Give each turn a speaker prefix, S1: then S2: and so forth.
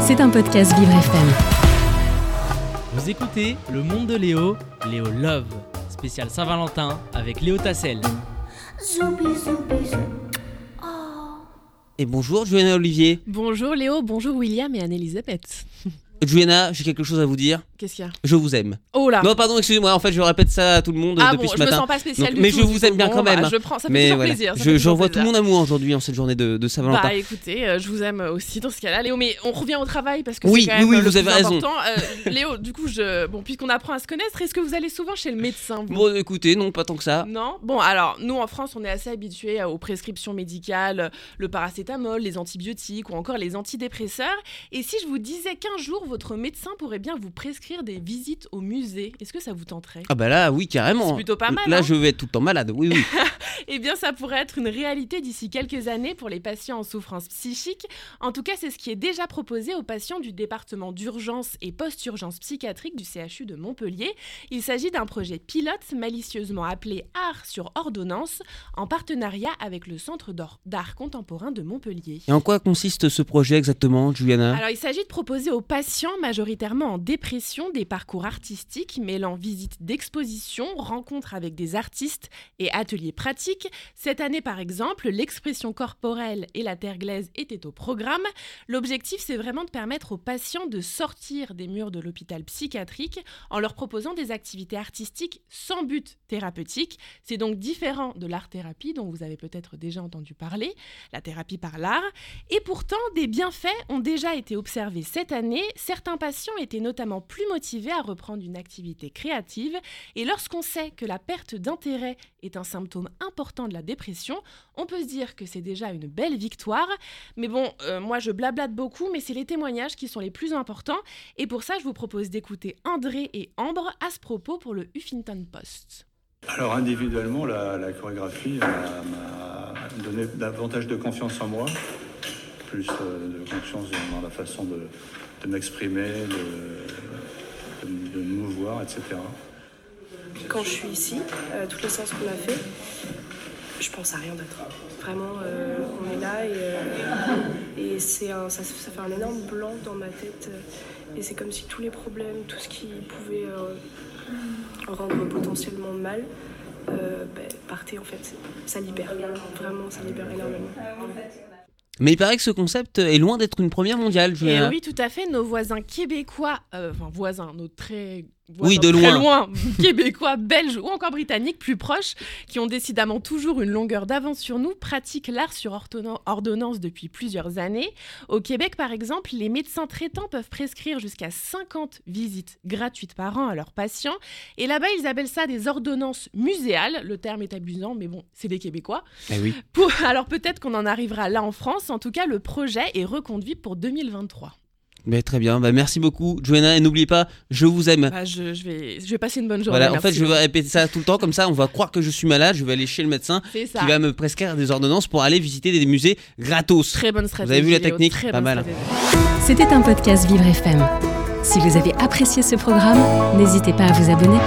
S1: C'est un podcast Vivre FM.
S2: Vous écoutez Le Monde de Léo, Léo Love, spécial Saint-Valentin avec Léo Tassel.
S3: Zoubi, zoubi, zoubi.
S4: Et bonjour Juliana Olivier.
S5: Bonjour Léo, bonjour William et Anne-Elisabeth.
S4: Juliana, j'ai quelque chose à vous dire.
S5: Qu'est-ce qu'il y a
S4: Je vous aime.
S5: Oh là
S4: Non, pardon, excusez-moi. En fait, je répète ça à tout le monde
S5: Ah
S4: depuis
S5: bon,
S4: ce
S5: je me
S4: matin.
S5: sens pas spéciale
S4: Donc,
S5: du
S4: mais
S5: tout.
S4: je vous aime bien
S5: Bon,
S4: quand
S5: bah,
S4: même. hein.
S5: je prends, ça fait
S4: mais
S5: toujours
S4: voilà,
S5: plaisir. ça
S4: Je-
S5: fait toujours
S4: j'envoie tout
S5: plaisir.
S4: mon amour aujourd'hui en cette journée de, de Saint-Valentin.
S5: Bah écoutez, euh, je vous aime aussi dans ce cas-là. Léo, mais on revient au travail parce que
S4: Oui,
S5: c'est quand
S4: oui,
S5: même
S4: oui,
S5: euh, le
S4: vous
S5: plus
S4: avez raison.
S5: important. Euh, Léo, du coup, je... bon, puisqu'on apprend à se connaître, est-ce que vous allez souvent chez le médecin vous
S4: Bon, écoutez, non, pas tant que ça.
S5: Non Bon, alors, nous en France, on est assez habitués euh, aux prescriptions médicales, le paracétamol, les antibiotiques ou encore les antidépresseurs. Et si je vous disais qu'un jour, votre médecin pourrait bien vous prescrire des visites au musée, est-ce que ça vous tenterait
S4: Ah bah là, oui, carrément.
S5: C'est plutôt pas mal,
S4: Là,
S5: hein
S4: je vais être tout le temps malade. Oui, oui.
S5: Eh bien, ça pourrait être une réalité d'ici quelques années pour les patients en souffrance psychique. En tout cas, c'est ce qui est déjà proposé aux patients du département d'urgence et post-urgence psychiatrique du CHU de Montpellier. Il s'agit d'un projet pilote malicieusement appelé Art sur ordonnance, en partenariat avec le Centre d'or- d'art contemporain de Montpellier.
S4: Et en quoi consiste ce projet exactement, Juliana
S5: Alors, il s'agit de proposer aux patients majoritairement en dépression des parcours artistiques mêlant visites d'exposition, rencontres avec des artistes et ateliers pratiques. Cette année, par exemple, l'expression corporelle et la terre glaise étaient au programme. L'objectif, c'est vraiment de permettre aux patients de sortir des murs de l'hôpital psychiatrique en leur proposant des activités artistiques sans but thérapeutique. C'est donc différent de l'art-thérapie dont vous avez peut-être déjà entendu parler, la thérapie par l'art. Et pourtant, des bienfaits ont déjà été observés cette année. Certains patients étaient notamment plus motivés à reprendre une activité créative. Et lorsqu'on sait que la perte d'intérêt est un symptôme important de la dépression, on peut se dire que c'est déjà une belle victoire. Mais bon, euh, moi je blablate beaucoup, mais c'est les témoignages qui sont les plus importants. Et pour ça, je vous propose d'écouter André et Ambre à ce propos pour le Huffington Post.
S6: Alors individuellement, la, la chorégraphie m'a- m'a donné davantage de confiance en moi, plus euh, de confiance dans, dans la façon de, de m'exprimer, de, de, de me mouvoir, etc.
S7: quand je suis ici, euh, toutes les séances qu'on a fait, je pense à rien d'autre. Vraiment, euh, on est là et, euh, et c'est un, ça, ça fait un énorme blanc dans ma tête. euh, Et c'est comme si tous les problèmes, tout ce qui pouvait euh, rendre potentiellement mal, euh, ben, partait en fait. Ça libère. Vraiment, ça libère énormément.
S4: Mais il paraît que ce concept est loin d'être une première mondiale,
S5: Et
S4: Juliana.
S5: Eh oui, tout à fait. Nos voisins québécois, euh, enfin voisins, nos très voisins
S4: Oui, de
S5: très
S4: loin.
S5: loin, québécois, belges ou encore britanniques plus proches, qui ont décidément toujours une longueur d'avance sur nous, pratiquent l'art sur ordonna- ordonnance depuis plusieurs années. Au Québec, par exemple, les médecins traitants peuvent prescrire jusqu'à 50 visites gratuites par an à leurs patients. Et là-bas, ils appellent ça des ordonnances muséales. Le terme est abusant, mais bon, c'est des Québécois.
S4: Eh oui.
S5: Pour- alors peut-être qu'on en arrivera là en France. En tout cas, le projet est reconduit pour 2023.
S4: Mais très bien. Bah, merci beaucoup, Juliana. Et n'oubliez pas, je vous aime.
S5: Bah, je, je vais, je vais passer une bonne journée.
S4: Voilà, en fait,
S5: merci.
S4: je vais répéter ça tout le temps, comme ça, on va croire que je suis malade, je vais aller chez le médecin
S5: C'est ça.
S4: qui va me prescrire des ordonnances pour aller visiter des musées gratos.
S5: Très bonne
S4: avez
S5: stratégie.
S4: vu la
S5: Léo,
S4: technique
S5: très
S4: Pas
S5: bonne
S4: mal.
S5: stratégie.
S1: C'était un podcast Vivre FM. Si vous avez apprécié ce programme, n'hésitez pas à vous abonner.